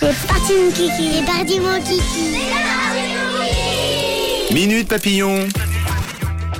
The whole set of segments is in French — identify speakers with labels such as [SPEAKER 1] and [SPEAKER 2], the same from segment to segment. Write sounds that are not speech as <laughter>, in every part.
[SPEAKER 1] C'est parti mon kiki. C'est parti mon kiki.
[SPEAKER 2] Minute papillon.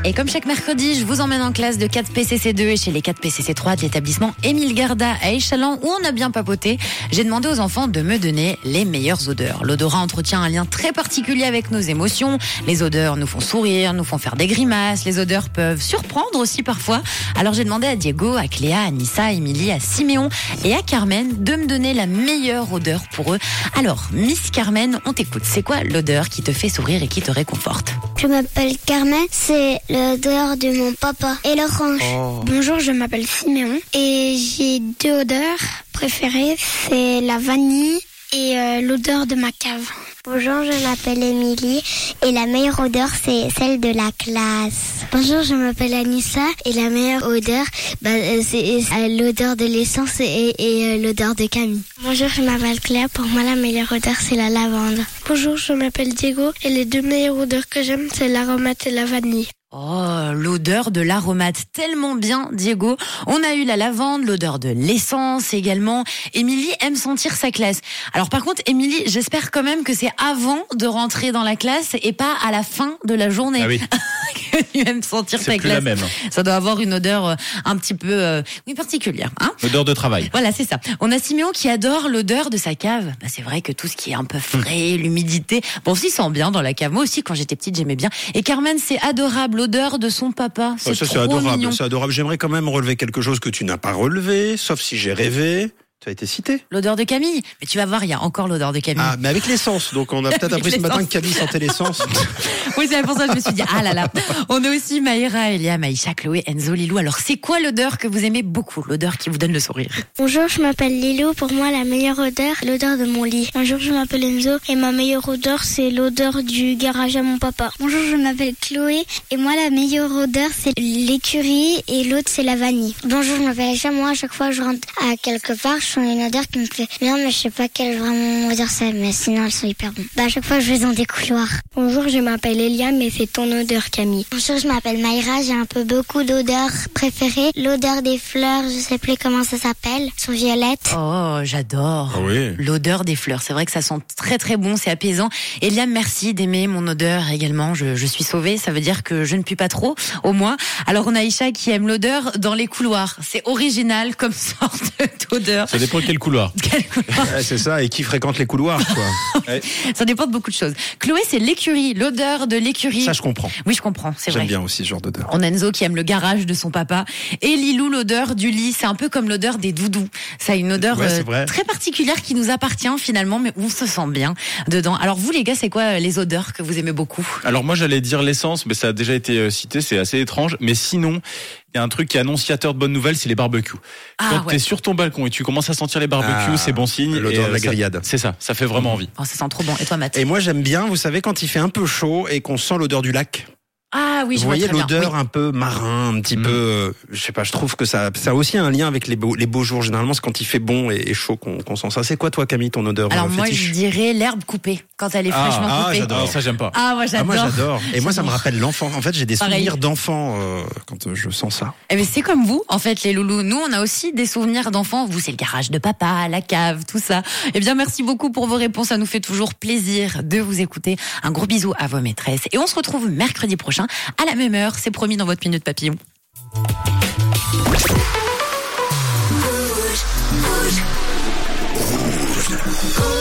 [SPEAKER 3] Et comme chaque mercredi, je vous emmène en classe de 4 PCC2 et chez les 4 PCC3 de l'établissement Émile Garda à Échallens où on a bien papoté. J'ai demandé aux enfants de me donner les meilleures odeurs. L'odorat entretient un lien très particulier avec nos émotions. Les odeurs nous font sourire, nous font faire des grimaces. Les odeurs peuvent surprendre aussi parfois. Alors j'ai demandé à Diego, à Cléa, à Nissa, à Émilie, à Siméon et à Carmen de me donner la meilleure odeur pour eux. Alors, Miss Carmen, on t'écoute. C'est quoi l'odeur qui te fait sourire et qui te réconforte
[SPEAKER 1] Je m'appelle Carmen, c'est l'odeur de mon papa et l'orange. Bonjour, je m'appelle Siméon et j'ai deux odeurs préférées, c'est la vanille et euh, l'odeur de ma cave. Bonjour, je m'appelle Émilie et la meilleure odeur c'est celle de la classe. Bonjour, je m'appelle Anissa et la meilleure odeur bah, euh, c'est l'odeur de l'essence et, euh, l'odeur de Camille. Bonjour, je m'appelle Claire. Pour moi, la meilleure odeur c'est la lavande. Bonjour, je m'appelle Diego et les deux meilleures odeurs que j'aime c'est l'aromate et la vanille.
[SPEAKER 3] Oh, l'odeur de l'aromate, tellement bien, Diego. On a eu la lavande, l'odeur de l'essence également. Émilie aime sentir sa classe. Alors par contre, Émilie, j'espère quand même que c'est avant de rentrer dans la classe et pas à la fin de la journée
[SPEAKER 4] Ah oui,
[SPEAKER 3] <laughs> que tu aimes sentir ta
[SPEAKER 4] c'est plus la
[SPEAKER 3] classe.
[SPEAKER 4] même. hein.
[SPEAKER 3] Ça doit avoir une odeur euh, un petit peu euh, oui, particulière, hein
[SPEAKER 4] Odeur de travail.
[SPEAKER 3] voilà, c'est ça. On a Siméon qui adore l'odeur de sa cave. Bah, c'est vrai que tout ce qui est un peu
[SPEAKER 2] Mm.
[SPEAKER 3] frais, l'humidité, bon, s'il sent bien dans la cave. Moi aussi, quand j'étais petite, j'aimais bien. Et Carmen, c'est adorable l'odeur de son papa. C'est
[SPEAKER 2] Oh, ça, c'est
[SPEAKER 3] trop mignon.
[SPEAKER 2] adorable. C'est adorable. J'aimerais quand même relever quelque chose que tu n'as pas relevé, sauf si j'ai rêvé. Tu as été cité.
[SPEAKER 3] L'odeur de Camille. Mais tu vas voir, il y a encore l'odeur de Camille.
[SPEAKER 2] Ah, mais avec l'essence. Donc, on a peut-être
[SPEAKER 3] Avec
[SPEAKER 2] appris ce matin
[SPEAKER 3] l'essence.
[SPEAKER 2] que Camille sentait l'essence.
[SPEAKER 3] Oui, c'est pour ça que je me suis dit, ah là là. On a aussi Maïra, Elia, Maïcha, Chloé, Enzo, Lilou. Alors, c'est quoi l'odeur que vous aimez beaucoup? L'odeur qui vous donne le sourire?
[SPEAKER 1] Bonjour, je m'appelle Lilo. Pour moi, la meilleure odeur, l'odeur de mon lit. Bonjour, je m'appelle Enzo et ma meilleure odeur, c'est l'odeur du garage à mon papa. Bonjour, je m'appelle Chloé et moi, la meilleure odeur, c'est l'écurie et l'autre, c'est la vanille. Bonjour, je m'appelle Aisha. Moi, à chaque fois que je rentre à quelque part, je sens une odeur qui me plaît bien, mais je sais pas quelle vraiment odeur c'est, mais sinon, elles sont hyper bonnes. Bah, à chaque fois, je vais dans des couloirs. Bonjour, je m'appelle Elia, mais c'est ton odeur, Camille. Bonjour, je m'appelle Mayra, j'ai un peu beaucoup d'odeurs préférées. L'odeur des fleurs, je sais plus comment ça s'appelle, sont violettes.
[SPEAKER 3] Oh, j'adore.
[SPEAKER 2] Ah oui.
[SPEAKER 3] L'odeur des fleurs. C'est vrai que ça sent très très bon, c'est apaisant. Et Liam, merci d'aimer mon odeur également. Je, je suis sauvée, ça veut dire que je ne pue pas trop, au moins. Alors on a Aïcha qui aime l'odeur dans les couloirs. C'est original comme <laughs> sorte d'odeur.
[SPEAKER 4] Ça dépend de quel couloir.
[SPEAKER 3] Quel couloir
[SPEAKER 2] Ouais, c'est ça. Et qui fréquente les couloirs, quoi. Ouais,
[SPEAKER 3] Ça dépend de beaucoup de choses. Chloé, c'est l'écurie, l'odeur de l'écurie.
[SPEAKER 2] ça, je comprends.
[SPEAKER 3] Oui, je comprends, c'est vrai.
[SPEAKER 2] J'aime bien aussi ce genre d'odeur.
[SPEAKER 3] On a Enzo qui aime le garage de son papa. Et Lilou, l'odeur du lit, c'est un peu comme l'odeur des doudous. Ça a une odeur
[SPEAKER 2] Ouais,
[SPEAKER 3] euh,
[SPEAKER 2] c'est vrai.
[SPEAKER 3] très particulière qui nous appartient finalement, mais où on se sent bien dedans. Alors vous les gars, c'est quoi euh, les odeurs que vous aimez beaucoup
[SPEAKER 4] Alors moi j'allais dire l'essence, mais ça a déjà été euh, cité, c'est assez étrange. Mais sinon, il y a un truc qui est annonciateur de bonnes nouvelles, c'est les barbecues.
[SPEAKER 3] Ah,
[SPEAKER 4] Quand
[SPEAKER 3] ouais.
[SPEAKER 4] t'es sur ton balcon et tu commences à sentir les barbecues,
[SPEAKER 2] Ah,
[SPEAKER 4] c'est bon signe.
[SPEAKER 2] l'odeur
[SPEAKER 4] et, euh,
[SPEAKER 2] de la
[SPEAKER 4] ça-
[SPEAKER 2] grillade. Mmh.
[SPEAKER 4] C'est ça, ça fait vraiment envie.
[SPEAKER 3] Oh, ça sent trop bon. Et toi, Matt
[SPEAKER 2] Et moi, j'aime bien, vous savez, quand il fait un peu chaud et qu'on sent l'odeur du lac.
[SPEAKER 3] Ah oui, je
[SPEAKER 2] vous voyez
[SPEAKER 3] vois très bien.
[SPEAKER 2] l'odeur un peu marin, un petit
[SPEAKER 4] Mm.
[SPEAKER 2] peu. euh, Je sais pas, je trouve que ça, ça a aussi un lien avec les beaux, les beaux jours. Généralement, c'est quand il fait bon et, et chaud qu'on qu'on sent ça. C'est quoi, toi, Camille, ton odeur
[SPEAKER 3] Oui. Alors
[SPEAKER 2] euh,
[SPEAKER 3] moi,
[SPEAKER 2] fétiche
[SPEAKER 3] je dirais l'herbe coupée quand elle est
[SPEAKER 4] Ah,
[SPEAKER 3] fraîchement
[SPEAKER 2] ah,
[SPEAKER 3] coupée.
[SPEAKER 2] j'adore.
[SPEAKER 4] Ah, ça j'aime pas.
[SPEAKER 3] Ah, moi
[SPEAKER 2] Ah,
[SPEAKER 3] j'adore.
[SPEAKER 2] moi j'adore. Et moi ça me rappelle l'enfant. En fait j'ai des
[SPEAKER 3] Pareil.
[SPEAKER 2] souvenirs d'enfant euh, quand euh, je sens ça.
[SPEAKER 3] Eh ben, c'est comme vous, en fait, les loulous. Nous, on a aussi des souvenirs d'enfants. Vous, c'est le garage de papa, la cave, tout ça. Eh bien, merci beaucoup pour vos réponses. Ça nous fait toujours plaisir de vous écouter. Un gros bisou à vos maîtresses. Et on se retrouve mercredi prochain à la même heure. C'est promis dans votre Minute Papillon.
[SPEAKER 5] Rouge.